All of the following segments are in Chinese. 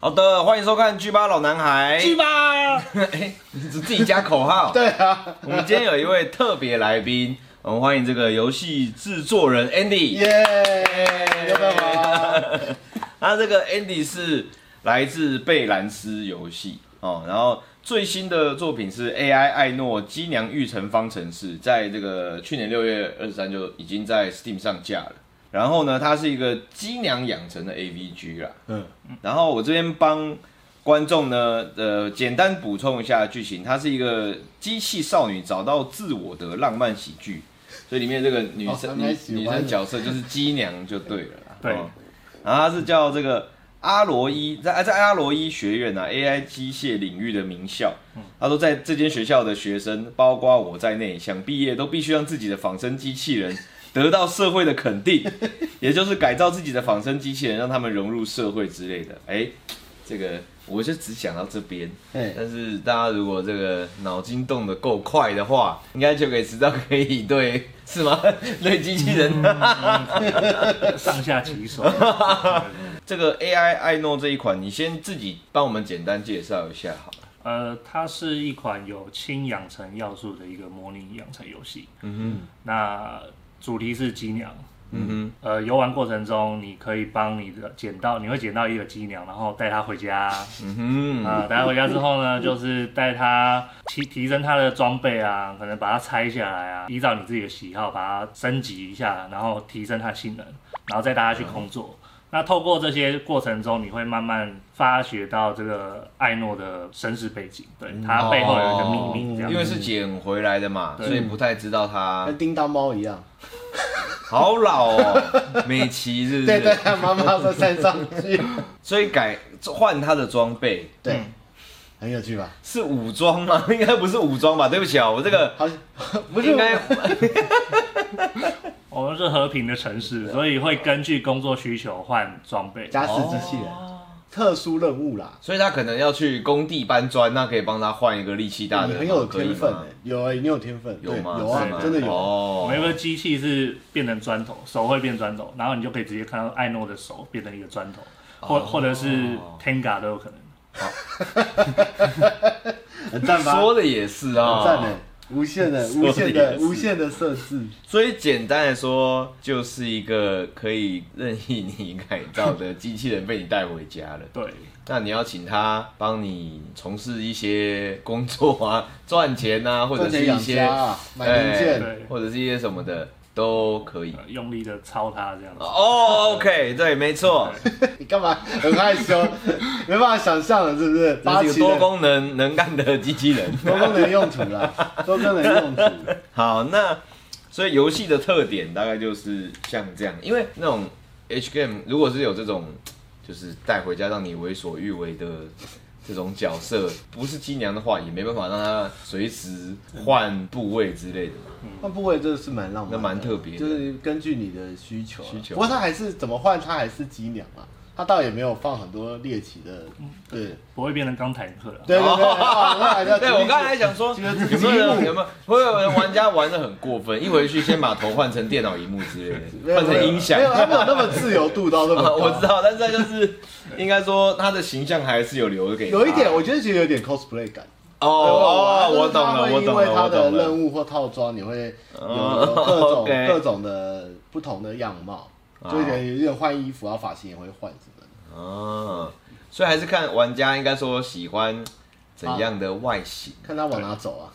好的，欢迎收看《巨八老男孩》。去吧。哎，你自己加口号。对啊，我们今天有一位特别来宾，我们欢迎这个游戏制作人 Andy。耶，有办法。那这个 Andy 是来自贝兰斯游戏哦，然后最新的作品是 AI 艾诺机娘育成方程式，在这个去年六月二十三就已经在 Steam 上架了。然后呢，它是一个机娘养成的 AVG 啦。嗯，然后我这边帮观众呢，呃，简单补充一下剧情，它是一个机器少女找到自我的浪漫喜剧，所以里面这个女哦还生、蛮喜女女欢的生角色就是机娘就对了啦。对哦然后她是叫这个阿罗伊，在啊在阿罗伊学院啊，AI 机械领域的名校。他说，在这间学校的学生，包括我在内，想毕业都必须让自己的仿生机器人 得到社会的肯定，也就是改造自己的仿生机器人，让他们融入社会之类的。哎，这个我就只想到这边。哎，但是大家如果这个脑筋动得够快的话，应该就可以知道可以对是吗？ 对机器人。上下其手。这个 AI 爱诺这一款，你先自己帮我们简单介绍一下好了。呃，它是一款有轻养成要素的一个模拟养成游戏。嗯哼，那主题是鸡娘。嗯呃，游玩过程中，你可以帮你的捡到，你会捡到一个鸡娘，然后带它回家。哼，嗯啊、带它回家之后呢，就是带它提提升它的装备啊，可能把它拆下来啊，依照你自己的喜好把它升级一下，然后提升它的性能，然后再带它去工作。那透过这些过程中，你会慢慢发掘到这个艾诺的身世背景，对他背后有一个秘密，这嗯样哦因为是捡回来的嘛，嗯对所以不太知道它跟叮当猫一样。好老哦， 美琪是不是？对对，妈妈说站上去。所以改换它的装备对，很有趣吧？是武装吗？ 应该不是武装吧？对不起啊、我这个好，不是应该我们是和平的城市，所以会根据工作需求换装备。假死机器人，特殊任务啦。所以他可能要去工地搬砖，那可以帮他换一个力气大的你嘛，很有可以天分吗哎，有哎，你有天分，有对吗？有是啊吗，真的有。我哦们。有个机器是变成砖头，手会变砖头，然后你就可以直接看到艾诺的手变成一个砖头，哦或、或者是 Tenga 都有可能。很赞吧？说的也是啊、很赞哎，无限的、说的无限的、也是无限的设置，所以简单来说，就是一个可以任意你改造的机器人被你带回家了。 对，那你要请他帮你从事一些工作啊，赚钱啊，或者赚是钱一养些家啊，买零哎件，对或者是一些什么的都可以。呃用力的操它这样子。哦、o k 对，没错，你干嘛很害羞？没办法想象了，是不是？这八是一旗个多的功能能干的机器人。多功能用途啦，多功能用途。好，那所以游戏的特点大概就是像这样，因为那种 H game 如果是有这种就是带回家让你为所欲为的这种角色，不是机娘的话，也没办法让他随时换部位之 类的嘛。换部位真的是蛮浪漫的，那蛮特别的就是根据你的需求啊、需求不过它还是怎么换，它还是机娘啊，它倒也没有放很多猎奇的，对不会变成钢坦克了。对对对，哦那还是 要对，我刚才还想说，觉得自己有没有人有没有会有人玩家玩的很过分，一回去先把头换成电脑荧幕之类的，换成音响 没。有它没有那么自由度到那么啊高， 我知道，但是他就是应该说他的形象还是有留给他有一点，我觉得其实有点 cosplay 感。哦哦，我懂了，我因懂为了，它我的懂了。任务或套装，你会有哦 各种 OK 各种的不同的样貌，就有点有点换衣服啊，发型也会换什么的。哦，所以还是看玩家应该说喜欢怎样的外形。看他往哪走啊？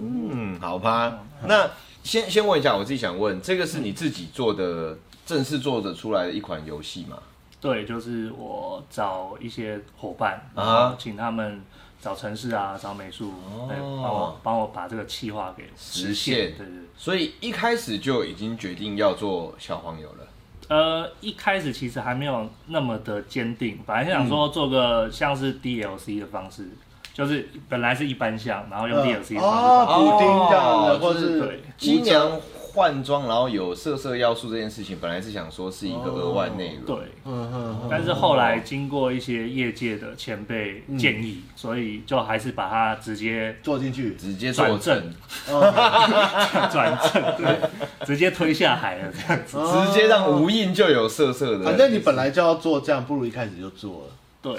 嗯，好吧。那先先问一下，我自己想问，这个是你自己做的，正式做的出来的一款游戏吗？对，就是我找一些伙伴，然啊哦后请他们找城市啊，找美术，来帮我帮我把这个企划给实现实现。对对对。所以一开始就已经决定要做小黄油了。呃，一开始其实还没有那么的坚定，本来是想说做个像是 DLC 的方式，就是本来是一般项，然后用 DLC 的方式把它。嗯哦，啊补丁这样哦的，或就是是对机娘换装，然后有色色要素这件事情，本来是想说是一个额外内容。对，嗯嗯嗯，但是后来经过一些业界的前辈建议，所以就还是把它直接坐进去，直接做转正成，转正，对，直接推下海了这样子。哦直接让无印就有色色的。反正你本来就要做这样，不如一开始就做了。对，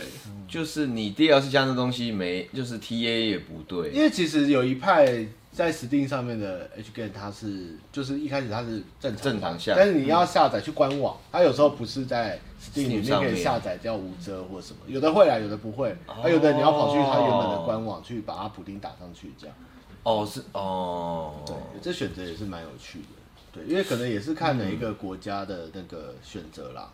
就是你 DLC 加那东西没，就是 TA 也不对，因为其实有一派在 Steam 上面的 H game，它是就是一开始它是正常正常下嗯但是你要下载去官网，它有时候不是在 Steam 里 Steam 面上可面哦以下载叫无遮或什么，有的会啦，有的不会，还有的你要跑去它原本的官网去把它补丁打上去，这样哦是哦，对，这选择也是蛮有趣的，对，因为可能也是看每一个国家的那个选择啦，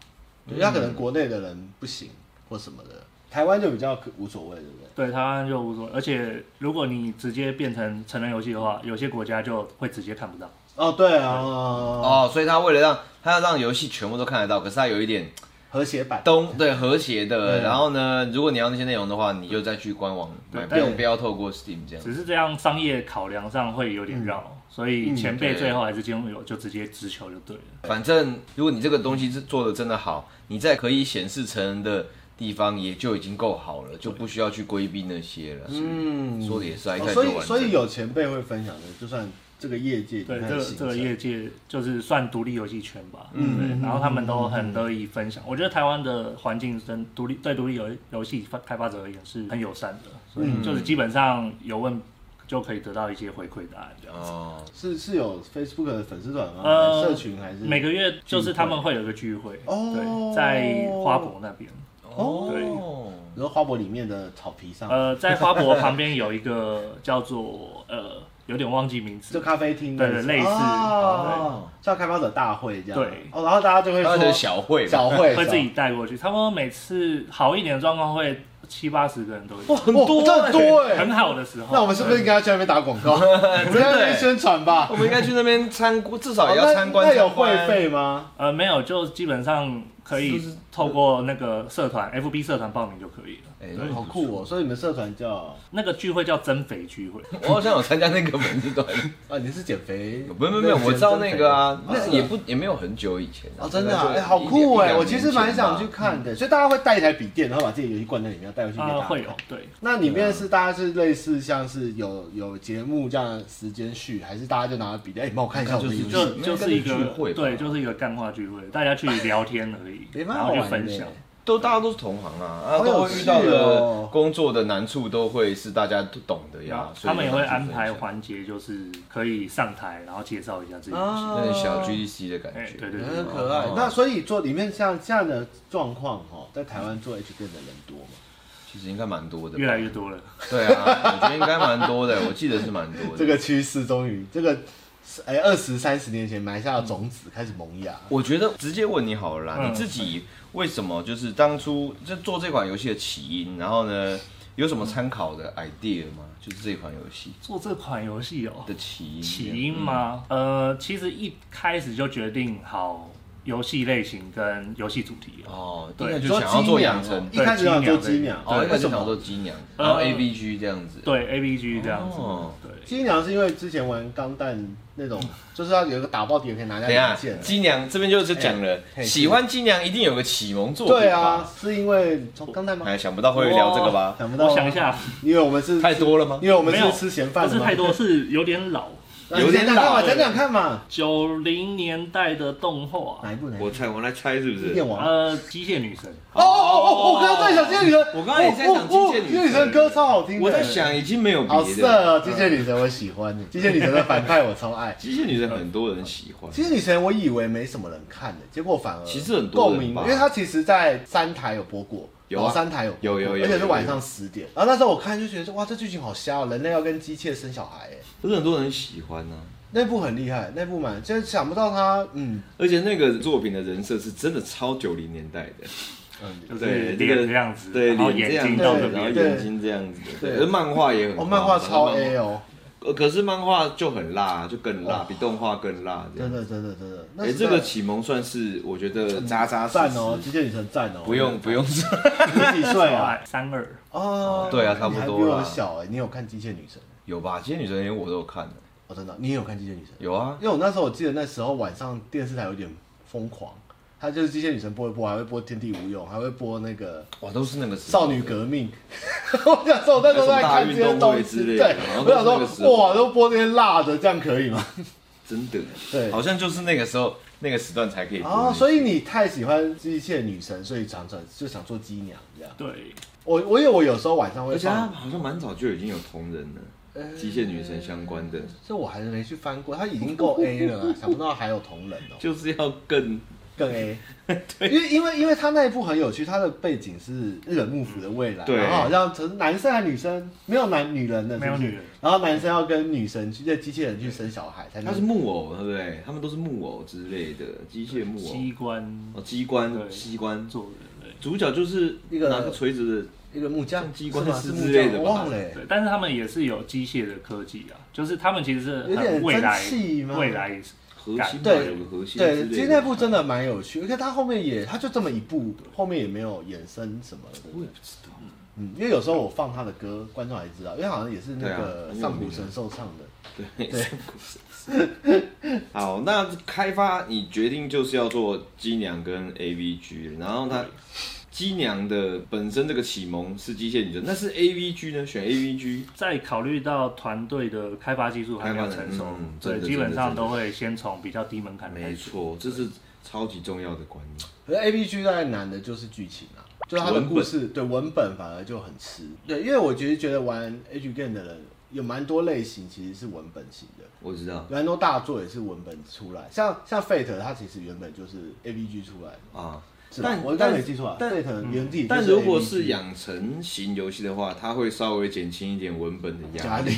对，他可能国内的人不行或什么的，嗯台湾就比较可无所谓，对不对？对，台湾就无所谓。而且如果你直接变成成人游戏的话，有些国家就会直接看不到。哦，对啊，哦，哦，所以他为了让他要让游戏全部都看得到，可是他有一点和谐版。东对和谐的，嗯然后呢，如果你要那些内容的话，你就再去官网买，对不用不要透过 Steam 这样。只是这样商业考量上会有点绕，所以前辈最后还是金融有就直接直球就对了。反正如果你这个东西是做的真的好，你在可以显示成人的地方也就已经够好了，就不需要去规避那些了。嗯，说的也是啊，一哦开始就所完以整所以有前辈会分享的，就算这个业界对，你看这个行这个程业界就是算独立游戏圈吧，嗯，然后他们都很乐意分享。我觉得台湾的环境跟独立对独立游游戏发开发者而言是很友善的，所以就是基本上有问就可以得到一些回馈答案这样。哦，是是有 Facebook 的粉丝团吗？呃还是社群还是每个月就是他们会有一个聚会，嗯哦对，在花博那边，哦，然后花博里面的草皮上，呃，在花博旁边有一个叫做呃，有点忘记名字就，咖啡厅对那种类似哦，像开发者大会这样，对哦，然后大家就会他的说小慧小会会自己带过去。差不多每次好一点的状况会七八十个人都有，很多很多哎欸很，好的时候。那我们是不是应该去那边打广告？ 我们在那边宣传吧我。们应该去那边参观，至少哦也欸要那参观。那有参观会费吗？呃没有，就基本上可以透过那个社团 FB 社团报名就可以了。哎，好酷哦！所以你们社团叫那个聚会叫增肥聚会，我好像有参加那个粉丝团， 啊，你是减肥？没有没有没有，我知道那个啊，那是也不也没有很久以前哦，真的、啊，大哎、概就好酷一哎！两我其实蛮想去年前吧嗯看的，所以大家会带一台笔电，然后把自己的游戏灌在里面，带回去给大啊家、会有。对，那里面啊是大家是类似像是有有节目这样的时间序，还是大家就拿着笔电，哎、帮我看一下我们的游戏？就就那个是一聚个会吧对，就是一个干话聚会，大家去聊天而已也，蛮然好后去玩分的享。都大家都是同行啊，啊，好有都会遇到趣的哦工作的难处都会是大家都懂的然呀后，所以啊他们也会就安分排享环节，就是可以上台，然后介绍一下自己。啊那种小 GDC 的感哎，觉。对对对很，可哦爱。那所以做里面像这样的状况哈，在台湾做 H 店的人多吗？其实应该蛮多的吧，越来越多了。对啊，我觉得应该蛮多的，我记得是蛮多的。这个趋势终于这个哎二十三十年前埋下的种子开始萌芽。我觉得直接问你好了啦，嗯你自己为什么就是当初就做这款游戏的起因，然后呢，有什么参考的 idea 吗？就是这款游戏做这款游戏哦，的起因。起因？吗？呃，其实一开始就决定好游戏类型跟游戏主题了。哦，第一对个就你说想要做鸡养娘成哦，一开始就想做鸡娘，哦，一开为始什想做么？嗯鸡娘，然后呃 A B G 这样子。对，A B G 这样子。哦对，鸡娘是因为之前玩钢弹那种，就是要有一个打爆点可以拿下嗯啊等一下零件，。鸡娘这边就是讲了，嘿喜欢鸡娘一定有个启蒙作品。对啊，，是因为从钢弹吗？哎，想不到会聊这个吧？想不到，啊我想一，下，因为我们是太，多了吗？因为我们没有是吃闲不饭的是嘛太，多，是有点老，那你讲讲看嘛，讲讲看嘛，九零年代的动画，哪一部呢？猜，我来猜是不电啊王。呃，机械女神。哦哦哦！我刚刚在想机械女神，我刚刚也在想机械女神哦哦机械女神歌超好听的。我在，想已经没有好别色的。哦！机械女神我喜欢，机械女神的反派我超爱。机械女神很多人喜欢，机械女神我以为没什么人看的，结果反而其实很多共人鸣，吧因为它其实，在三台有播过。有啊然后三台有播有过有有有而且是晚上十点。然后那时候我看就觉得，哇，这剧情好瞎哦！人类要跟机械生小孩，哎，可是很多人喜欢啊呢、那部很厉害，那部蛮，就是想不到它，嗯而且那个作品的人设是真的超九零年代的，嗯，就是这个脸这样子对，然后脸这眼样睛子，到这然后边眼睛这样子的，对对，而漫画也很哦，好，漫画超漫 A 哦，呃可是漫画就很辣，就更辣，哦比动画更辣这真样。的真的真的。那哎、是这个在启蒙算是我觉得扎扎实赞实，哦，机械女神赞哦， 不用不用，十几岁啊？三二，哦，对啊差不多啦你还比我小哎，你有看《机械女神》？ 有吧？今天女神连我都有看的，哦，真的，你也有看《机械女神》？有啊，因为我那时候我记得那时候晚上电视台有点疯狂，它就是《机械女神》播一播，还会播《天地无用》，还会播那个哇，都是那个时《候少女革 命》。我想说，我那时候在看这还有什么些大运动会东之西，类的对然后，我想都是那个时说，候哇，都播这些辣的，这样可以吗？真的，对好像就是那个时候那个时段才可以播哦，日所以你太喜欢机械女神，所以常常就想做机娘这样。对，我我有我呃有时候晚上会而且他放，好像蛮早就已经有同人了，机械女神相关的，这我还是没去翻过，它已经 够 A 了啊，想不到还有同人 哦，就是要更更 A。因为因为因为它那一部很有趣，它的背景是日本幕府的未来，对然后好像只是男生还女生没有男女人的，没有是不是女人，然后男生要跟女神去，这机器人去生小孩才它能是木偶，对不对？他们都是木偶之类的机械木偶机，关哦，机关对机关，做人主角就是一个拿个锤子的，一个木匠像机关是吗师是之木匠类的吧我忘了欸类，对，但是他们也是有机械的科技啊，就是他们其实是有点很未来蒸汽吗未来核心吧，对有个核心之类对，的。其实那部真的蛮有趣，而且它后面也，它就这么一部，后面也没有衍生什么的。我也不知道，嗯，因为有时候我放他的歌，观众还知道，因为好像也是那对啊个很有名啊上古神兽唱的。对，三国时代好，那开发你决定就是要做机娘跟 AVG，然后它机娘的本身这个启蒙是机械女神，那是 AVG 呢？选 AVG 在考虑到团队的开发技术还没有成开熟发的嗯，真对，的基本上真的都会先从比较低门槛的开没始。错，这是超级重要的观念。可是 A B G 在难的就是剧情啊，就是他的故事，对文本反而就很吃。对，因为我其实觉得玩 H game 的人有蛮多类型，其实是文本型的，我知道有蛮多大作也是文本出来，像像 Fate 它其实原本就是 A B G 出来的。啊，是吧但我刚才没记错啊，但嗯 Fate 原地，但如果是养成型游戏的话，它会稍微减轻一点文本的压压力力，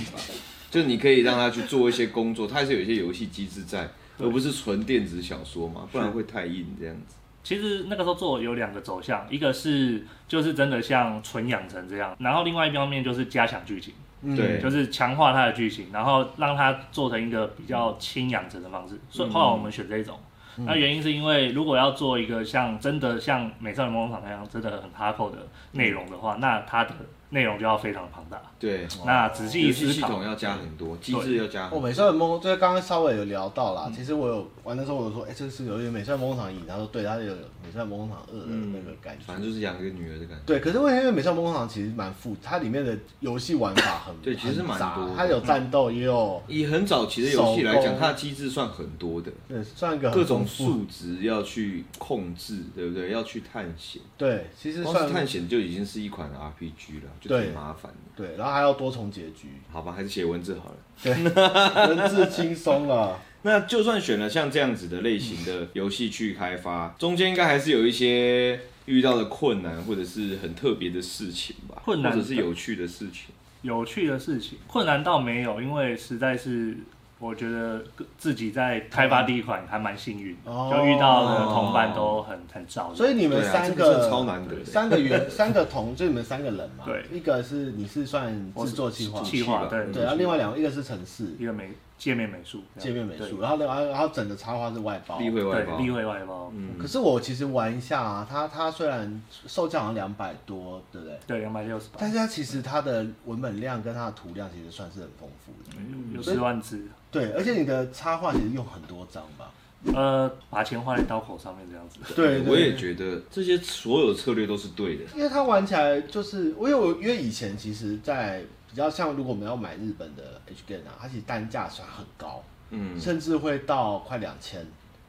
就你可以让它去做一些工作，它还是有一些游戏机制 在，而不是纯电子小说嘛，不然会太硬这样子。其实那个时候做有两个走向，一个是就是真的像纯养成这样，然后另外一方面就是加强剧情，嗯对，就是强化它的剧情，然后让它做成一个比较轻养成的方嗯式。所以后来我们选这一种。那原因是因为，如果要做一个像真的像《美少女梦工厂》那样真的很哈扣的内容的话，那它的内容就要非常庞大。对，那仔细游戏思系考统，要加很多，机制要加我很多。哦美少女梦，就是刚刚稍微有聊嗯到啦。其实我有玩的时候，我有说，哎、这是有点美少女梦工厂一，他说对，它有美少女梦工厂二的那个感觉。嗯反正就是养一个女儿的感觉。对，可是问题是因为美少女梦工厂其实蛮复，它里面的游戏玩法很对其实蛮很杂多的嗯它有战斗，也有以很早期的游戏来手讲，工它的机制算很多的，对嗯算一个很各种丰富数值要去控制，对不对？要去探险，对，其实光算是探险就已经是一款 RPG 了，就挺对麻烦的。对，然后还要多重结局，好吧，还是写文字好了。文字轻松了。那就算选了像这样子的类型的游戏去开发，中间应该还是有一些遇到的困难，或者是很特别的事情吧，困难或者是有趣的事情。有趣的事情，困难倒没有，因为实在是我觉得自己在开发第一款还蛮幸运的，哦就遇到的同伴都很很照所以以你们对啊三这真个、的超难得的三个员三个同，就你们三个人嘛。对一个是你是算制作计划，企气划吧对对，然后另外两个一个是城市一个美界面美术，界面美术，对然后另外然后整个插画是外包。例会外包对，例会外包，嗯可是我其实玩一下啊，它它虽然售价好像两百多，对不对？对，两百六十八，但是它其实它的文本量跟它的图量其实算是很丰富的，有十万只，对，而且你的插画其实用很多张吧，呃，把钱花在刀口上面这样子，对对我也觉得这些所有策略都是对的。因为它玩起来就是，我有因为以前其实，在比较像如果我们要买日本的 H game 啊，它其实单价算很高，嗯甚至会到快两千，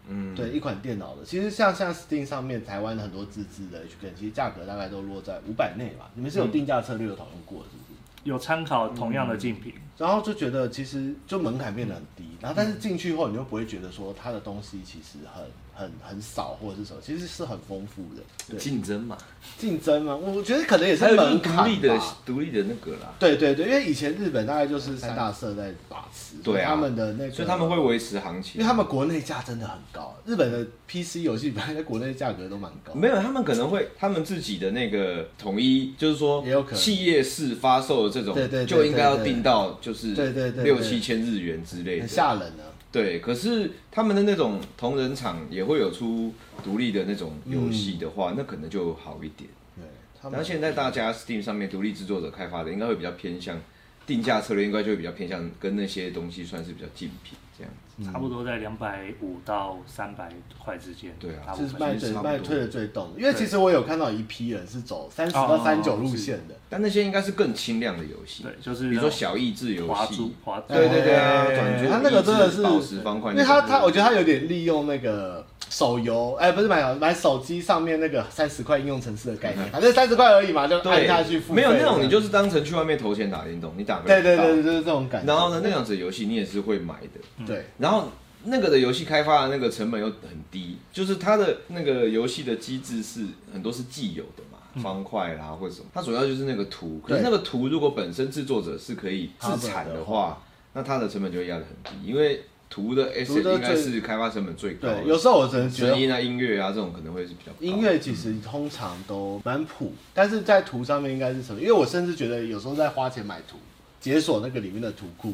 嗯，对，一款电脑的，其实像像 Steam 上面台湾很多自制的 H game，其实价格大概都落在五百内吧。你们是有嗯定价策略有讨论过是不是？有参考同样的竞品，然后就觉得其实就门槛变得很低，嗯然后但是进去后你就不会觉得说它的东西其实很很很少或者是什么，其实是很丰富的。对，竞争嘛，竞争嘛，我觉得可能也是还有就是门独立槛的吧。独立的那个啦，对对对，因为以前日本大概就是三大社在把持，对啊他们的那个，所以他们会，维持行情。因为他们国内价真的很高，日本的 PC 游戏本来在国内价格都蛮高，没有，他们可能会他们自己的那个统一，就是说也有可能企业式发售的这种，对对对就应该要定到就是对对对对六七千日元之类很的。吓人啊呢、对，可是他们的那种同人场也会有出独立的那种游戏的话，那可能就好一点。对，嗯他然们后现在大家 Steam 上面独立制作者开发的，应该会比较偏向定价策略，应该就会比较偏向跟那些东西算是比较竞品。这样。差不多在两百五到三百块之间。对啊大部就是分卖其最实差不多卖推的最动，因为其实我有看到一批人是走三十到三九路线的，但那些应该是更轻量的游戏，对，就是比如说小益智游滑戏珠，滑对对对啊，哎转珠，他那个真的是宝石方块因那为种，他他我觉得他有点利用那个手游，哎，不是买买手机上面那个三十块应用程式的概念，反正三十块而已嘛，就按嗯对下去付费没有那这种，样你就是当成去外面投钱打电动，你打不了对对到对对，就是这种感觉。然后呢，那样子的游戏你也是会买的，对，然后那个的游戏开发的那个成本又很低，就是它的那个游戏的机制是很多是既有的嘛，方块啦或者什么，它主要就是那个图。可是嗯对那个图如果本身制作者是可以自产他们的的话，那它的成本就会压得很低，因为图的图 asset 的应该最是开发成本最高对，有的，时候我只能觉声得音啊、音乐啊这种可能会是比较高音。乐其实通常都蛮普，但是在图上面应该是什么？因为我甚至觉得有时候在花钱买图，解锁那个里面的图库，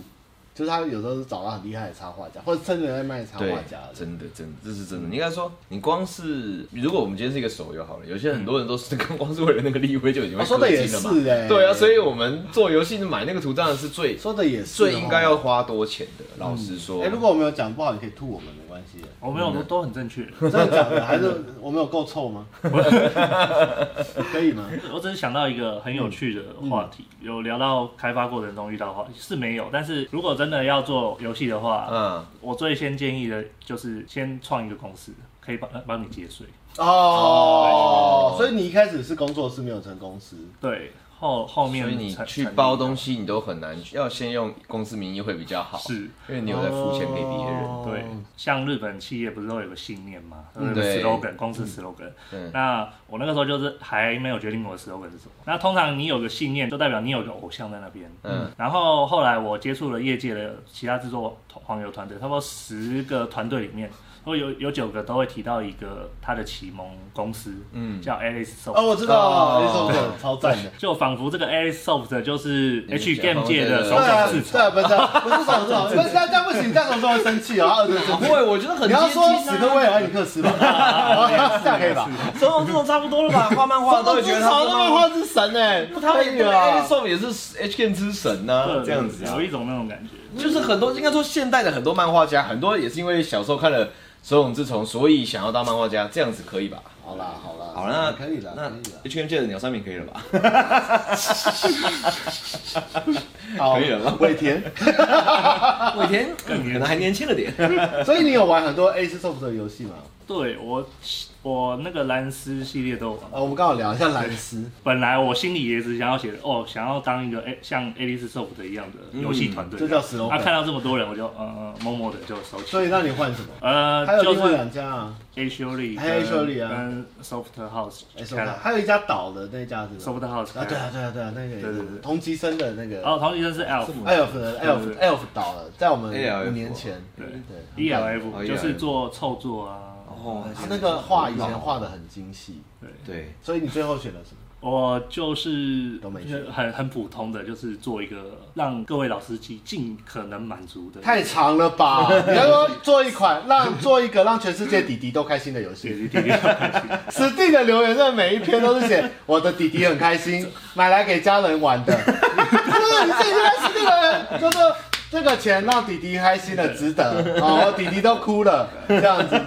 就是他有时候是找到很厉害的插画家，或者真的在卖插对画家，的。真的，真的，这是真的。你应该说，你光是如果我们今天是一个手游好了，有些很多人都是 光是为了那个立威就已经会我嗯哦说的氪也金了嘛。是哎，对啊，所以我们做游戏买那个图当然是最说的也是，哦最应该。要花多钱的。老实说，哎，如果我没有讲不好，你可以吐我们，没关系的。我没有都都很正确。真的假的？还是我们有够臭吗？可以吗？我只是想到一个很嗯有趣的话题，有聊到开发过程中遇到的话题是没有，但是如果真的要做游戏的话，嗯，我最先建议的就是先创一个公司，可以帮帮你节税。哦，所以你一开始是工作室，没有成公司，对，后后所面以你才去包东西西，你都很难，要先用公司名义会比较好，是。因为你有在付钱给别人。哦对，像日本企业不是都有个信念嘛，嗯就是对 slogan 公司 slogan。嗯那我那个时候就是还没有决定我的 slogan 是什么。那通常你有个信念，就代表你有一个偶像在那边。嗯，然后后来我接触了业界的其他制作黄油团队，差不多十个团队里面，会有有九个都会提到一个他的启蒙公司，嗯，叫 Alice Soft。哦，我知道，哦那首歌超赞 的。就仿佛这个 Alice Soft 就是你们 H 讲 Game 界的对首对啊，长市对场。啊，不是啊不是 爽爽，不是这样这样不行，这样我就会生气啊，二十生气。会， 我觉得很啊你要说史克威尔艾尼克 斯吧，这样可以吧？神龙这种差不多了吧？画漫画都会觉得他超是漫画之神哎，他们也对啊 A，s o 也是 H K 之神呐、这样子啊有。一种那种感觉。就是很多应该说现代的很多漫画家，很多也是因为小时候看了《手冢治虫》，所以想要当漫画家，这样子可以吧？好啦好啦，好了，那可以了，那可以了。 H N 界的鸟三明可以了吧？ 好可以了吗尾田，尾田可能嗯还年轻了点。 所以你有玩很多 A 是 soft 的游戏吗？对我，我那个蓝斯系列都有玩。呃，我们刚好聊一下蓝斯，本来我心里也只想要写哦，想要当一个哎像 Alice Soft 一样的游戏团队。嗯啊这叫 slogan 他看到这么多人，我就呃默默的就收起。所以那你换什么？呃还，有就另外是两家啊， A Shirley 还有 A. Shirley 啊跟 Soft House 哎，什开么？了还有一家倒的那家是吧？ ，Soft House 啊，对开啊了。对啊对啊，那个也对是对对同级生的那哦，个同级生是 Elf， ，Elf 的对 Elf 对 E Elf 倒了，在我们 ALF 五年前，对对哦 ELF ，ELF 就是做凑作啊。哦他那个画以前画的很精细，对，对，所以你最后选了什么？我就是都没就是学很很普通的，就是做一个让各位老司机尽可能满足的。太长了吧！ 你要说做一款让做一个让全世界弟弟都开心的游对戏。对对对，史蒂的留言在每一篇都是写我的弟弟很开 心，买来给家人玩的。就是你自己在史蒂留言，就说这个钱让弟弟开心的值得哦，我弟弟都哭了，这样子，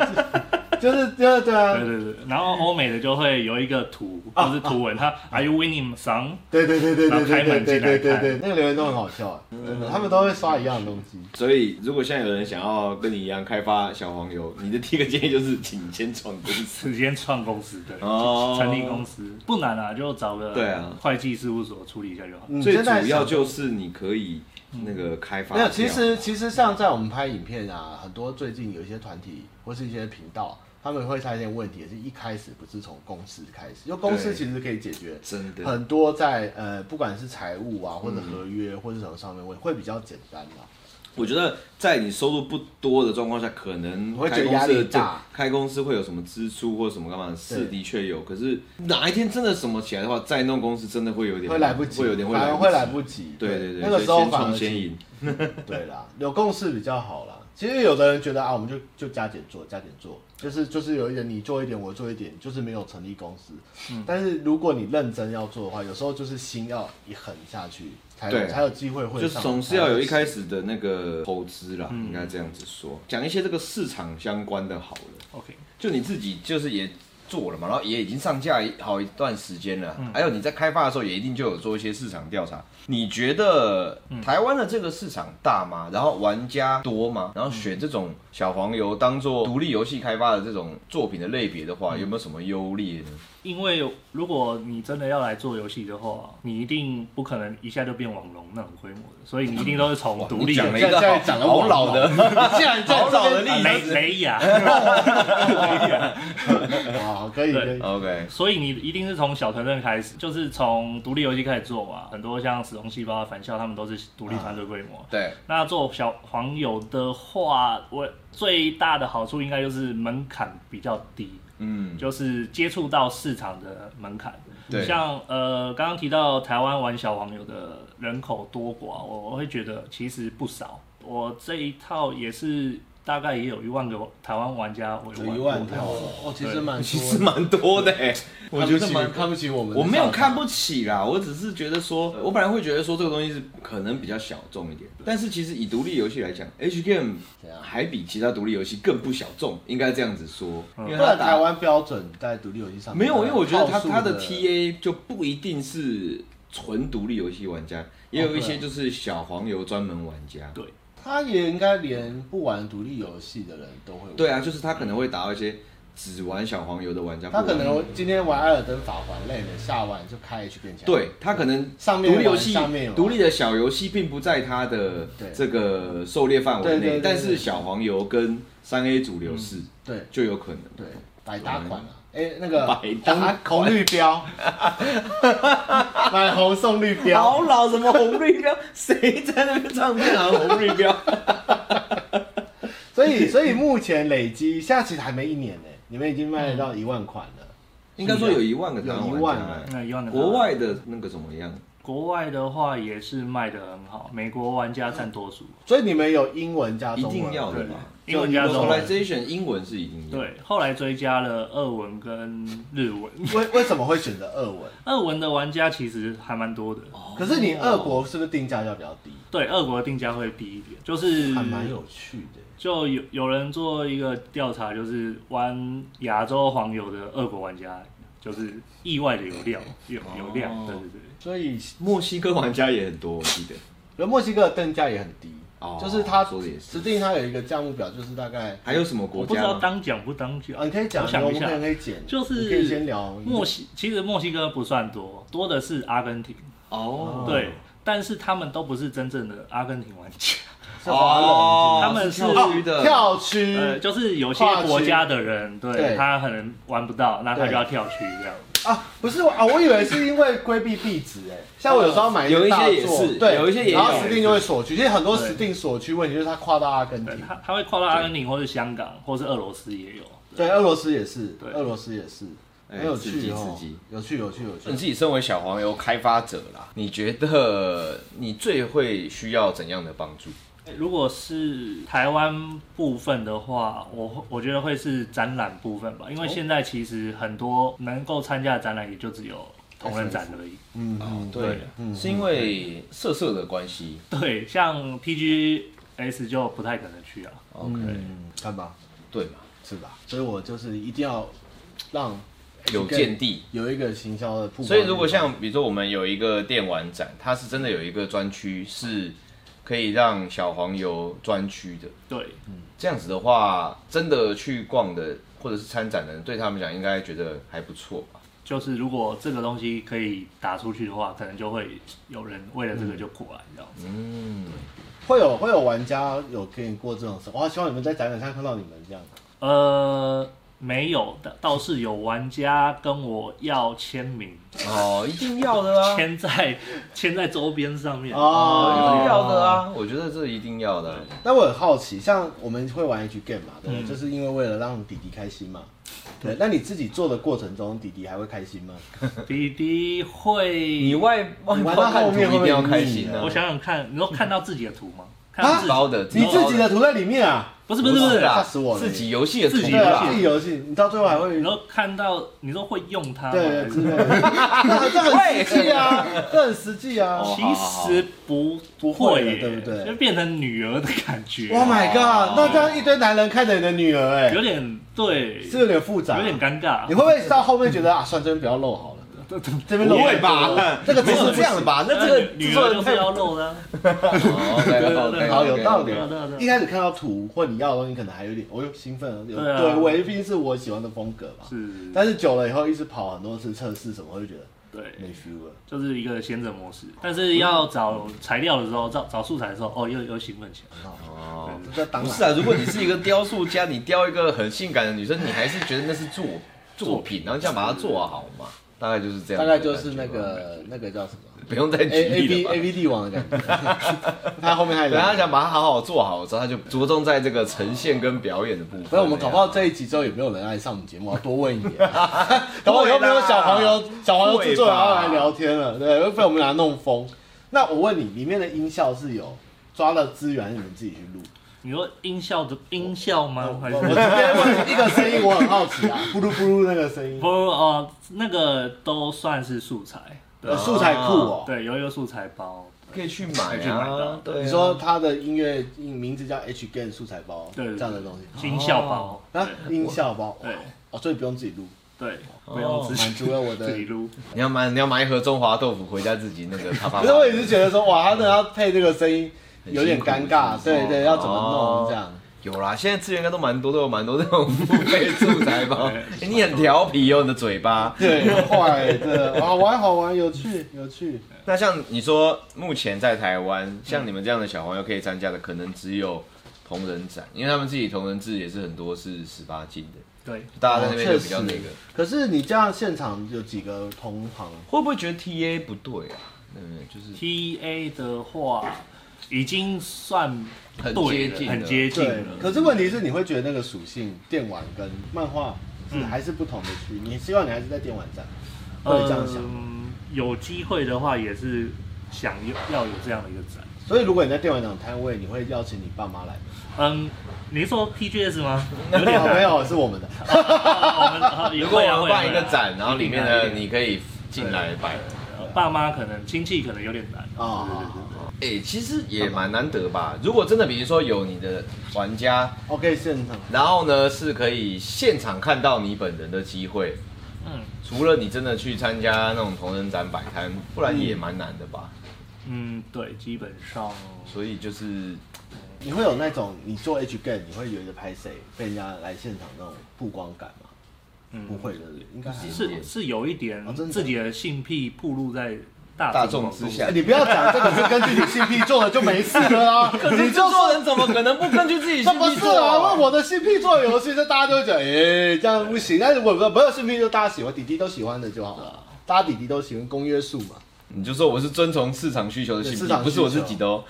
就是就是对啊对，对对，然后欧美的就会有一个图，哦就是图文，它 Are you winning some？对对对对对对对对对然对后开门进来对，那个留言都很好笑，真的，他们都会刷一样的东西。所以如果现在有人想要跟你一样开发小黄油，你的第一个建议就是请先创公司。时间创公司对，哦成立公司不难啊，就找个对啊会计事务所处理一下就好。嗯最现在主要想嗯就是你可以那个开发没掉。有，其实其实像在我们拍影片啊，很多最近有一些团体或是一些频道，他们会发现问题，也是一开始不是从公司开始，因为公司对其实可以解决真的很多在呃不管是财务啊或者合约或者什么上面问题，会比较简单嘛。我觉得在你收入不多的状况下，可能会觉开得公司压的力大这开公司会有什么支出或什么干嘛？是对的确有，可是哪一天真的什么起来的话，再弄公司真的会有点会来不嗯及，会有点会反而来会不来及。不及。对对对，那个时候所以先反而 创先赢。对啦，有共识比较好啦。其实有的人觉得啊，我们就就加减做，加减做，就是就是有一点你做一点，我做一点，就是没有成立公司。嗯但是如果你认真要做的话，有时候就是心要一狠下去，才有对啊才有机会会就上总是要有一开始的那个投资啦，嗯应该这样子说。讲一些这个市场相关的好了， OK，就你自己就是也做了嘛，然后也已经上架好一段时间了，嗯还有你在开发的时候也一定就有做一些市场调查。你觉得嗯台湾的这个市场大吗？然后玩家多吗？然后嗯选这种小黄油当做独立游戏开发的这种作品的类别的嗯话，有没有什么优劣呢？因为如果你真的要来做游戏的话，你一定不可能一下就变网龙那种规模的，所以你一定都是从独立你讲了的一个在在好讲了好网老的， 你既然在好老的例雷子。雷亚， 啊，可以可以， OK，所以你一定是从小团队开始，就是从独立游戏开始做嘛。很多像《死亡细胞》《啊返校》，他们都是独立团队规模。对，那做小黄友的话，我最大的好处应该就是门槛比较低，嗯，就是接触到市场的门槛。对像呃刚刚提到台湾玩小黄友的人口多寡，我我会觉得其实不少。我这一套也是大概也有一万个台湾玩家我有玩过，一万条哦，其实蛮其实多的，蛮多的欸，我觉他得其们是实蛮看不嗯起我们的，我没有看不起啦，我只是觉得说，我本来会觉得说这个东西是可能比较小众一点，嗯但是其实以独立游戏来讲，H game 怎样还比其他独立游戏更不小众，应该这样子说，因为嗯它不然台打湾标准在独立游戏上面没有，因为我觉得它套数它的 TA 就不一定是纯独立游戏玩家，也有一哦啊些就是小黄油专门玩家。对他也应该连不玩独立游戏的人都会玩，对啊，就是他可能会打到一些只玩小黄油的玩家，他不可玩能今天玩《艾尔登法环》累了，下晚就开 H 变强。对他可能上面独立游玩戏上面玩独立的小游戏并不在他的对这个狩猎范对围对对内对，嗯但是小黄油跟三 A 主流是对就有可能。对，百搭款啊！哎，那个百搭打红绿 标，买红送绿标，老，什么红绿标？谁在那边唱片行红绿标？所以所以目前累积，现在其实还没一年呢，你们已经卖嗯到一万款了。应该说有一万个台湾有一万玩啊家那一万欸，的国外的那个怎么样？国外的话也是卖的很好，美国玩家占多数。所以你们有英文加一中文，定要的吧对英文加中文 Localization 英文是一定要的。对，后来追加了俄文跟日文，为为什么会选择俄文？俄文的玩家其实还蛮多的。哦可是你俄国是不是定价要比较低？对，俄国的定价会低一点，嗯就是还蛮有趣的。就有有人做一个调查，就是玩亚洲黄油的俄国玩家，就是意外的有料，有有量，哦对对对。所以墨西哥玩家也很多，我记得。而墨西哥的定价也很低，哦就是它说的也是指定它有一个价目表，就是大概还有什么我国不知家道吗？当讲不当讲，啊，你可以讲，我想我一们下可以可以剪，就是你可以先聊哦墨西其实墨西哥不算多，多的是阿根廷。哦，对，但是他们都不是真正的阿根廷玩家，是华人哦他们是跳区的跳呃，区就是有些国家的人，对对他可能玩不到，那他对就要跳区这呃样。啊，不是啊，我以为是因为规避币值哎，像我有时候买哦有个一些大也作是，对，有一些也然后有实定就会锁区，其实很多对实定锁区问题就是它跨到阿根嗯对廷，他他会跨到阿根廷或是香港或是俄罗斯也有。对，俄罗斯也是，对俄罗斯也是，哎很有刺趣激哦刺激，有趣有趣有你趣。自己身为小黄油开发者啦，你觉得你最会需要怎样的帮助？如果是台湾部分的话，我我觉得会是展览部分吧，因为现在其实很多能够参加的展览也就只有同人展而已。嗯嗯，哦对，是因为色色的关系。 对，像 PGS 就不太可能去啊。 OK，嗯看吧，对嘛，是吧？所以我就是一定要让有见地。有一个行销的铺满，所以如果像比如说我们有一个电玩展，它是真的有一个专区是可以让小黄油专区的，对，这样子的话，真的去逛的或者是参展的人，对他们讲应该觉得还不错吧？就是如果这个东西可以打出去的话，可能就会有人为了这个就过来这样子。嗯，会有会有玩家有给你过这种事，我好希望你们在展览上看到你们这样。呃，没有的，倒是有玩家跟我要签名，哦，一定要的 啊。签在签在周边上面。一定哦要的啊！我觉得这一定要的啊、那我很好奇，像我们会玩 H game 嘛，对嗯不对，就是因为为了让弟弟开心嘛。对，那你自己做的过程中，弟弟还会开心吗？弟弟会，你外外玩包到后看图面一定要会不会开心腻啊啊 我！想想看，你都看到自己的图吗？他有自己包的，你自己的涂在里面啊？不是不是不是，啦，吓死我了自己游戏的自己图对游戏啊，啦自己游戏，你到最后还会你都看到，你都会用它吗？对还之是类的，那 这很实际啊，这很实际啊。哦其实不不会了耶对不对就变成女儿的感觉， Oh my god！那这样一堆男人看着你的女儿，哎，有点对，是有点复啊杂，有点。尴尬你。会不会到后面觉得啊，算了这边不要露好了？这边不露会太吧多？这 个没真有的这样吧？那这个女女制作儿人就太是要露的啊， 哦对对对对好有道理对啊对啊对啊一开始看到图或你要的东西，可能还有点，我、哦、又兴奋了。有对啊对，我一定是我喜欢的风格嘛。是，但是久了以后，一直跑很多次测试什么，会觉得对，没 feel 了。就是一个闲者模式。但是要找材料的时候，找找素材的时候，哦，又又兴奋起来。哦。这当不然是啊，如果你是一个雕塑家，你雕一个很性感的女生，你还是觉得那是作作品，然后这样把它做好嘛？大概就是这样大的感概觉就吧，是那个那个叫什么不用再举 A A 例 B 了吧啊 A。B 帝王的感觉。 他后面还有一等他个，想把它好好做好之后，他就着重在这个呈现跟表演的部分。不是我们搞不好这一集之后也没有人爱上我们节目，我要多问一点。搞不好以后没有小朋友小朋友制作人要来聊天了，对，又被我们俩弄疯。那我问你，里面的音效是有抓了资源，你们自己去录？你说音效的音效吗？还我是我直接问一个声音，我很好奇啊， 咕噜咕噜那个声 音不，哦，那个都算是素材。对呃素材库哦。对，有一个素材包。可以去买可以去买啊到，对啊你说他的音乐名字叫 H Gain 素材包，对对这样的东西音效包，啊，音效包，对哦，所以不用自己录，对，不用自哦满己足了我的自己录，你要买你要买一盒中华豆腐回家自己那个啪啪啪。可是我也是觉得说，哇，他真的要配这个声音有点尴尬，很辛苦对对，要怎么哦弄这样？有啦，现在资源应该都蛮多，都有蛮多这种付费素材 包。欸哎 你很调皮哦，你的嘴巴。对，坏的啊，玩好玩，有趣有趣，那像你说，目前在台湾，像你们这样的小朋友可以参加的，可能只有同人展，因为他们自己同人志也是很多是十八禁的，对，大家在那边哦就确比较那实个。可是你这样现场有几个同行，会不会觉得 TA 不对啊？嗯，就是。 T A 的话，已经算很对接了近很了接近对了。，可是问题是你会觉得那个属性，电玩跟漫画是还是不同的区，嗯你希望你还是在电玩站，会这样想吗。嗯，有机会的话也是想要要有这样的一个展。所以如果你在电玩展摊位，你会邀请你爸妈来吗？嗯，你是说 PGS 吗？ 有没点有难没，有，是我们的。我们啊也如果会啊我会们啊办一个会啊展，然后里面一呢，定啊你可以进来摆。呃爸妈可能亲戚可能有点难哦对对对对对哎、其实也蛮难得吧。如果真的，比如说有你的玩家， OK，现场然后呢是可以现场看到你本人的机会，嗯除了你真的去参加那种同人展摆摊，不然也蛮难的吧。嗯，对，基本上所以就是你会有那种你做 H g a n 你会觉得拍谁被人家来现场那种曝光感吗？嗯不会的，应该还好是是有一点哦真的自己的性癖暴露在大大众众之下哎 你不要讲这个是根据你性癖做的就没事了 啊！你就制说作人怎么可能不根据自己这心不意是做啊，问我的性癖做的游戏，这大家就会觉得哎、这样不行。但是我不没有性癖，就大家喜欢弟弟都喜欢的就好啊了。大家弟弟都喜欢公约数嘛。你就说我是遵从市场需求的心对市意，场不需是求我自己的哦。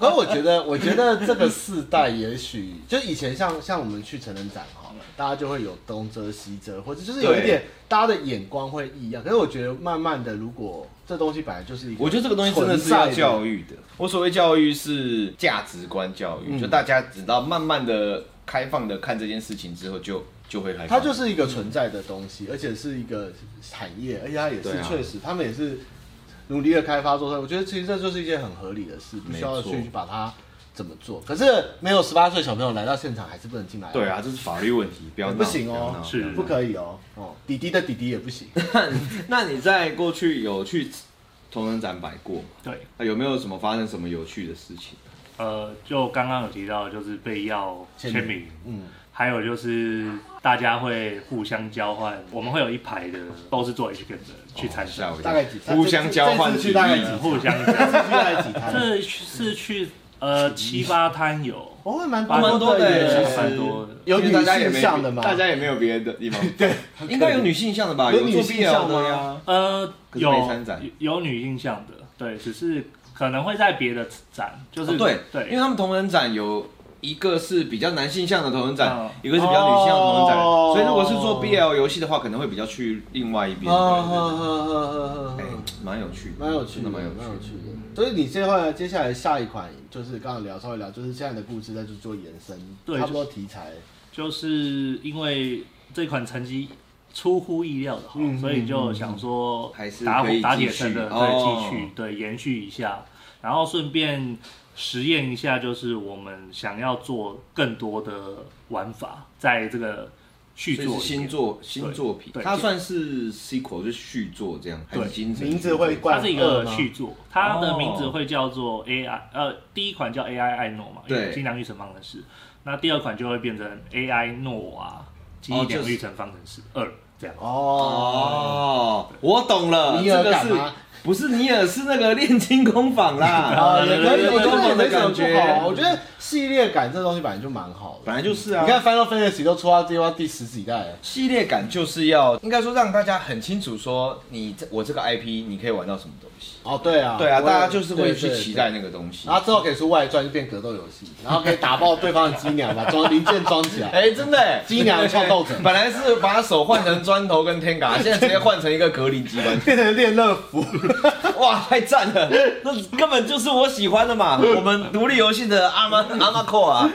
可我觉得，我觉得这个世代也许就以前像像我们去成人展嗯好了，大家就会有东遮西遮，或者就是有一点大家的眼光会异样。可是我觉得慢慢的，如果这东西本来就是一个，我觉得这个东西真的是要教育，育的。我所谓教育是价值观教育，嗯就大家只要慢慢的开放的看这件事情之后就，就会开放。它就是一个存在的东西，而且是一个产业，而且它也对是啊确实，他们也是努力的开发做出来。我觉得其实这就是一件很合理的事，不需要没错去把它怎么做。可是没有十八岁小朋友来到现场，还是不能进来。对。啊，这是法律问题，不要闹不行哦不要闹是不可以哦，哦，弟弟的弟弟也不行。那你在过去有去同人展摆过吗？对，那有没有什么发生什么有趣的事情？呃，就刚刚有提到，就是被要签签名名，嗯，还有就是大家会互相交换，我们会有一排的都是做 H 跟的去参哦吓加我，一跳啊大概几 摊互相交换这次去大概几礼摊呃互相交换。大概几摊？这是去呃七八摊有，哦，蛮蛮多多的的耶，耶其实蛮多的有因为女大家也没性向的嘛？大家也没有别的地 方，对， 应该有女性向的吧？有女做性向啊 BL 的吗呀？呃可是有没参展有女性向的，对，只是可能会在别的展，就是、哦对对，因为他们同人展有一个是比较男性向的同人展嗯，一个是比较女性向的同人展，啊哦所以如果是做 BL 游戏的话，可能会比较去另外一边。啊对对对呵呵呵呵呵哎呵，蛮、蛮有趣的，蛮有趣真的的，蛮有蛮趣有趣的。所以你最后呢接下来下一款就是刚刚聊稍微聊，就是现在的故事再去做延伸，对差不多题材。就是因为这款成绩出乎意料的好，嗯所以就想说嗯还是打可以火打继铁趁续热，哦对，继续对延续一下，然后顺便实验一下，就是我们想要做更多的玩法，在这个续的。所以是作里面新作新作品，对它算是 sequel 就是续作这样，还是对精神名字会怪它是一二个吗哦续作，它的名字会叫做 AI，呃，第一款叫 AI 爱诺嘛，因为对精良育成方程式。那第二款就会变成 AI 诺啊，记忆点育成方程式二这样。哦，哦，我懂了，尼这尔个感是吗不是尼尔是那个炼金工坊啦？啊，也可以，对对对我觉得也没对对对什么对不对好。我觉得系列感这东西本来就蛮好的。本来就是啊，你看《Final Fantasy》都出到这到第十几代了，系列感就是要应该说让大家很清楚说你这我这个 IP 你可以玩到什么东西。哦，对啊，对啊，我也大家就是会去期。对对对待那个东西然。后之后可以出外传，就变格斗游戏，然后可以打爆对方的机娘，把装零件装起 来。哎，真的耶，机娘创造 者本来是把手换成砖头跟天嘎，现在直接换成一个格林机关，变成练乐福， 哇，太赞了！那根本就是我喜欢的嘛，我们独立游戏的阿妈阿妈扣啊。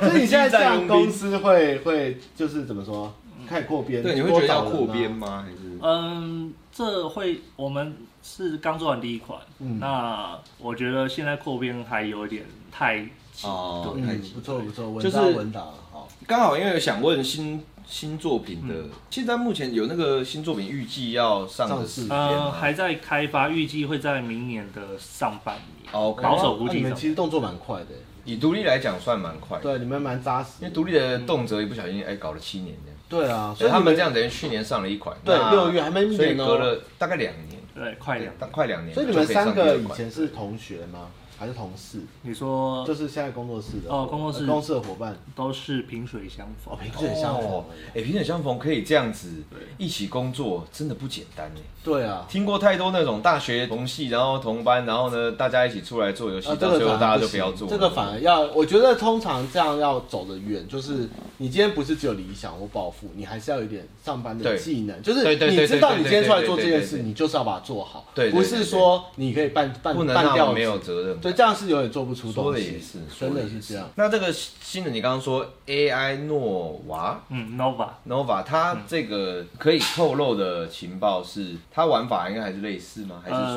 所以你现在这样激战佣兵公司会会就是怎么说，开始扩 编？对，你会觉得要多找人扩啊编？吗？还是嗯，这会我们是刚做完第一款，嗯那我觉得现在扩编还有点太急，哦对，嗯，不错不错，稳就是打稳打，好。刚好因为有想问新新作品的，嗯现在目前有那个新作品预计要上的时间呃，吗？还在开发，预计会在明年的上半年。哦，保守估那计你们上其实动作蛮快的，以独立来讲算蛮快的，对，你们蛮扎实因的。为独立的动辄一不小心哎、搞了七年这样，对啊，所所以以他你们们这样等于去年上了一款，对那六月还没一所以年哦隔了大概两年，对，快点对，大快两年，所以你们就可上三个第以二款前是同学吗？还是同事？你说就是现在工作室的哦工作室呃公司的伙伴都是萍水相哦，逢，萍水相逢哦。哎，萍水相逢可以这样子一起工作，真的不简单哎。对啊，听过太多那种大学同系，然后同班，然后呢大家一起出来做游戏，啊，这到个最反后而大家不就行不要做了。这个反而要，我觉得通常这样要走得远，就是你今天不是只有理想或抱负，你还是要有一点上班的对技能，就是对对对你知道对对你今天出来做这对对件对事，对你就是要把它做好，对对对不是说你可以半半不能半让掉我没职有责任。所以这样是有点做不出说东的西，也是，真说的也是这样。。那这个新的，你刚刚说 AI 诺娃嗯，Nova Nova，它嗯这个可以透露的情报是，它玩法应该还是类似吗？还是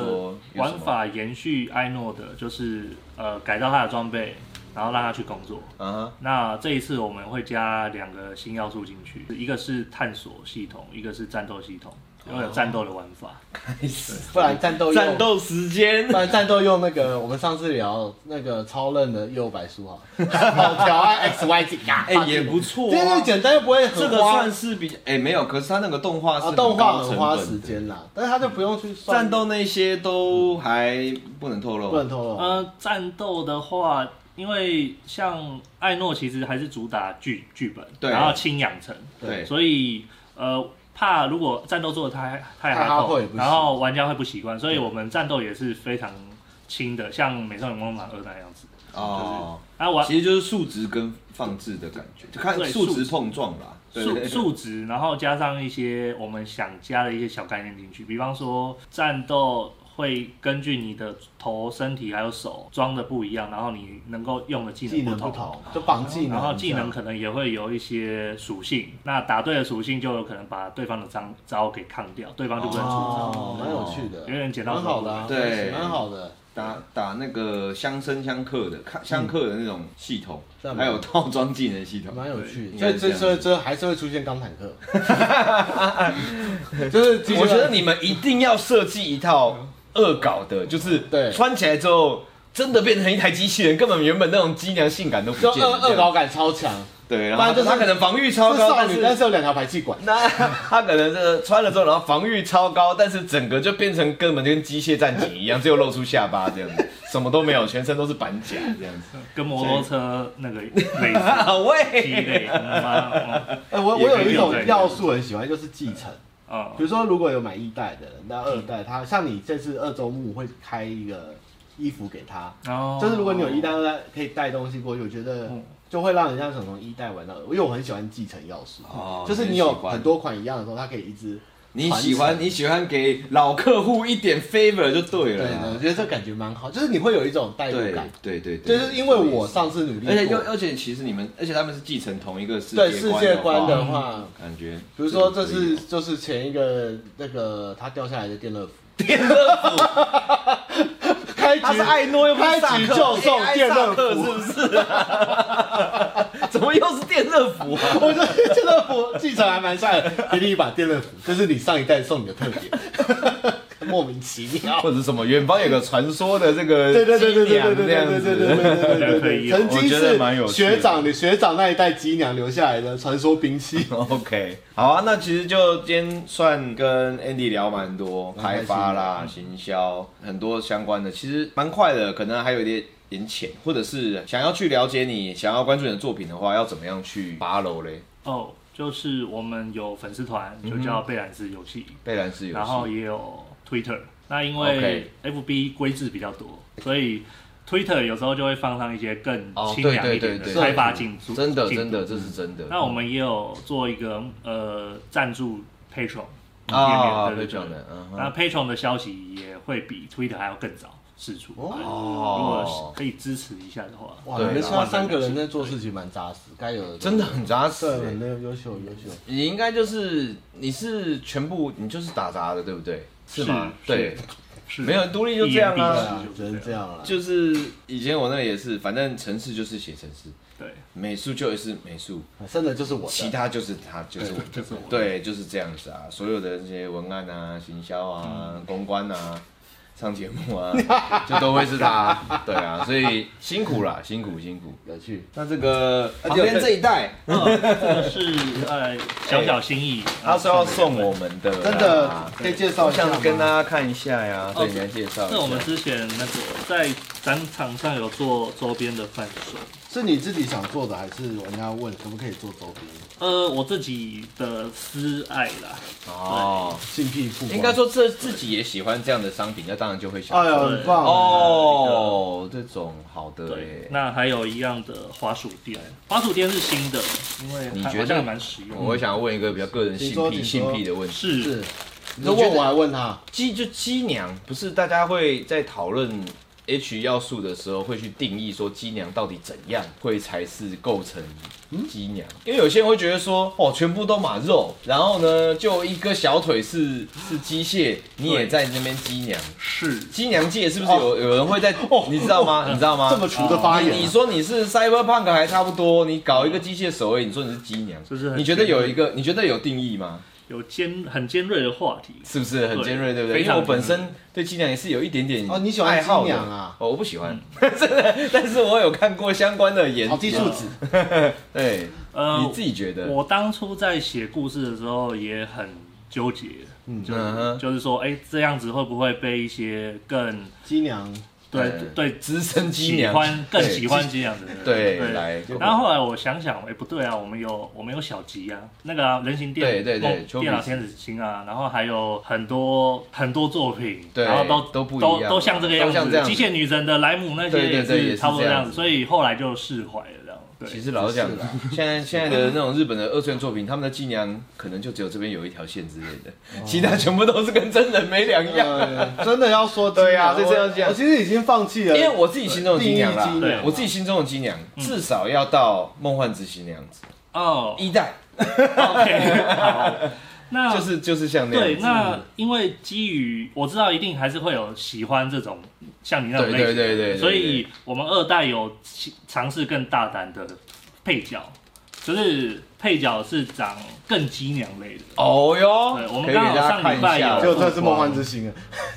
说呃、有什玩么？法延续艾诺的，就是呃改造他的装备，然后让他去工作。啊哈，那这一次我们会加两个新要素进去，一个是探索系统，一个是战斗系统，因为有战斗的玩法。开始不然 战斗用战，斗时间不。然战斗用那个我们上次聊那个超嫩的右白书哈， 好调啊 X Y Z 呀，哎、也不错、这个啊，简单又不会很这个花算是比哎、没有，可是它那个动画是啊，很动画高很成花本的，时间啦，但是他就不用去算战斗那些都还不能透露，不能透露。呃，战斗的话，因为像艾诺其实还是主打剧剧本，对然后轻养成，对，所以呃，怕如果战斗做的太太太哈哈扣扣也不，行然后玩家会不习惯，所以我们战斗也是非常轻的，像《美少女梦马二》那样子。哦，啊，玩其实就是数值跟放置的感觉，就看对数值数值碰撞啦，对对数对数值，然后加上一些我们想加的一些小概念进去，比方说战斗会根据你的头、身体还有手装的不一样，然后你能够用的技技能能不不同。同，就绑技能，然后技能可能也会有一些属性，那答对的属性就有可能把对方的招招给抗掉，对方就不能出招，哦，蛮有趣的，有点剪刀蛮石好头的啊，布。对蛮好的。打打那个相生相克的，看相克的那种系统，嗯还有套装技能系统，蛮有趣的，对所以应该这是这这这还是会出现钢坦 克，就是嗯我觉得你们一定要设计一套恶搞的，就是对穿起来之后真的变成一台机器人，根本原本那种机娘性感都不就见恶了。恶搞感超强，对，然不然后就是他可能防御超是高，少但女，是但是有两条排气管，那他可能是穿了之后，然后防御超高，但是整个就变成根本就跟机械战警一样，只有露出下巴这样子，什么都没有，全身都是板甲这样子。跟摩托车那个类似。啊鸡喂，肋，嗯妈嗯哎，我我也可有以一种用这个要素很喜欢，就是继承。嗯比如说，如果有买一代的，那二代他像你这次二周目会开一个衣服给他，哦 就是如果你有一代、二代可以带东西过去，我觉得嗯就会让人家想从一代玩到二，因为我很喜欢继承要素，哦就是你有很多款一样的时候，它可以一直你喜欢你喜欢给老客户一点 favor 就对啊对啊了对，我啦。觉得这感觉蛮好，就是你会有一种代入对感，对对对，就是因为我上次努力而且又过，而且其实你们，而且他们是继承同一个世对世界界的观的话，话，感觉。比如说这是就是前一个那个他掉下来的电热服，电 热服，开他是局爱诺又不是开萨局克，就送哎电热萨克服是不是、怎么又是电热服啊？我觉得电热服继承还蛮帅的，给你一把电热服，这是你上一代送你的特点， 莫名其妙。 或者什么？远方有个传说的这个 对对对对机对娘对这对样对对子 对对对可对，以有曾经我觉得蛮有是趣的学长，你学长那一代机娘留下来的传说兵器。 OK，好啊，那其实就今天算跟 Andy 聊蛮多蛮开开心的发啦、行销很多相关的，其实蛮快的，可能还有一点点浅，或者是想要去了解你、想要关注你的作品的话，要怎么样去 follow 嘞？哦，就是我们有粉丝团，就嗯叫贝兰斯游戏，贝兰斯游然后戏，也有 Twitter。那因为 FB 规制比较多，所以 Twitter 有时候就会放上一些更哦清凉一对对点对的对开发进度，真的进度真的，这嗯是真的。那我们也有做一个呃赞助 Patron 啊，页面对被对讲对。的，嗯哼，那 Patron 的消息也会比 Twitter 还要更早释出。如果哦，可以支持一下的话，哇，对你们啦现在三个人在做事情蛮扎实，该有的真的很扎实欸。对，很优优秀优秀。你应该就是你是全部你就是打杂的，对不对？是吗？是对，是没有独立就这样一言蔽对啊。啊，只能这样了。就是以前我那里也是，反正城市就是写城市，对，美术就是美术，真的就是我其的，他就是他就是我。就是我对，就是这样子啊，所有的那些文案啊、行销啊、公关啊、上节目啊，就都会是他。对啊，所以辛苦啦，辛苦辛苦。有趣。那这个旁边这一带，哦这是呃小小心意，他说要送我。我们的啦，真的可以介绍我一下吗想跟大家看一下呀，哦对，你来介绍一下。那我们之前那个在展场上有做周边的贩售，是你自己想做的，还是人家问可不可以做周边？呃，我自己的私爱啦，哦，性癖曝光应该，说这自己也喜欢这样的商品，那当然就会想哎呦，对很棒哦，这种好的欸对，耶，那还有一样的滑鼠垫，滑鼠垫是新的，因为你它觉好得像还蛮实用我的。会想问一个比较个人请说性癖嗯请说性癖的问题，是是，你你觉问得我还问他，鸡就鸡娘，不是大家会在讨论 H 要素的时候会去定义说鸡娘到底怎样会才是构成鸡娘，嗯因为有些人会觉得说哦全部都马肉，然后呢就一个小腿是是机械，你也对在那边鸡娘，是，鸡娘界是不是有有人会在你知道吗？你知道吗？哦 这么粗的发言啊，你说你是 Cyberpunk 还差不多，你搞一个机械守卫，你说你是机娘，就是很你觉得有一个，你觉得有定义吗？有尖很尖锐的话题，是不是很尖锐，对不对？非因为常我本身对机娘也是有一点点哦你喜欢爱好机的娘啊？哦，我不喜欢， 真的，但是我有看过相关的研好低究。素质，对，呃，你自己觉得？我当初在写故事的时候也很纠结，就嗯哼就是说，哎，这样子会不会被一些更机娘对嗯对资深机喜娘欢更对喜欢这样子的人，对来然后后来我想想，哎，不对啊，我们有我们有小吉啊，那个啊人形电对对对梦丘比特电脑天使星啊，然后还有很多很多作品，对然后都都不一样啊都都像这个样都像这子，样子机械女神的莱姆那对些对对也是是差不多这这样样子，子所以后来就释怀了这样。对，其实老实讲，啊现在现在的那种日本的二次元作品，他们的伎娘可能就只有这边有一条线之类的，其他全部都是跟真人没两样。哦呃 真的要说机娘对啊所以这样我讲我其实已经放弃了，因为我自己心中的定金义机娘啦，娘，我自己心中的金娘至少要到梦幻之星那样子，嗯哦一代，OK，好，那就是就是像那对，样子。那因为基于我知道一定还是会有喜欢这种像你那种类型对的，对对对对所以哦我们二代有其尝试更大胆的配角，就是配角是长更激娘类的，哦哟，对我们可以给刚好大家上看礼一拜下有结果这是梦幻之星啊，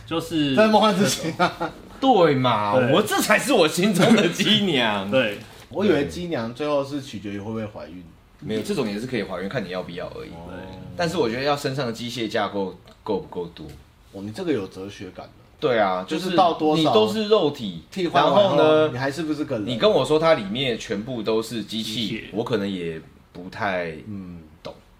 就是 这是梦幻之星啊，对嘛，对我这才是我心中的金娘。，对我以为机娘最后是取决于会不会怀孕，没有这种也是可以还原，看你要不要而已。哦但是我觉得要身上的机械架构够不够多。哦，你这个有哲学感的，对啊，就是是到多少你都是肉体，替换然完后呢你，还是不是个人？你跟我说它里面全部都是机机器械，我可能也不太嗯，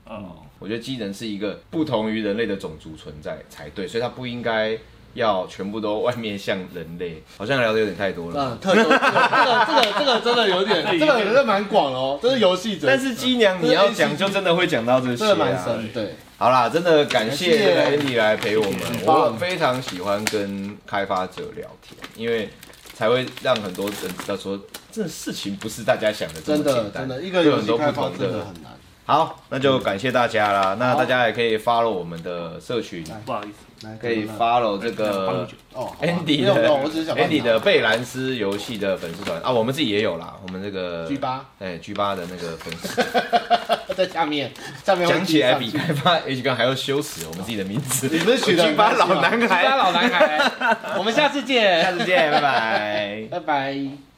哦，我觉得机人是一个不同于人类的种族存在才对，所以它不应该要全部都外面像人类，好像聊的有点太多了。 嗯，特殊这个这个这个真的有点，这个真的蛮广哦，这是游戏者，但是机娘你要讲，就真的会讲到这些、真的蛮啊。深，对，好啦，真的感谢这个感谢 Andy 来陪我们，棒我非常喜欢跟开发者聊天，因为才会让很多人知道说，这事情不是大家想的这真么的简单，真的一个会有游很戏多开不发同真的的。很难。好，那就感谢大家啦。那大家也可以 follow 我们的社群，不好意思，来可以看看 follow 这帮个你。哦好啊 Andy 没有没的有，我只是想啊 Andy 的贝兰斯游戏的粉丝团啊，我们自己也有啦，我们这个 G 八哎 G 八的那个粉 丝，在下面，下面会讲起来比记上开发 H 杠还要羞耻，我们自己的名字，你不是取得 G 八很开心吗啊老男孩，老男孩，我们下次见下。次见，拜拜。去，拜拜。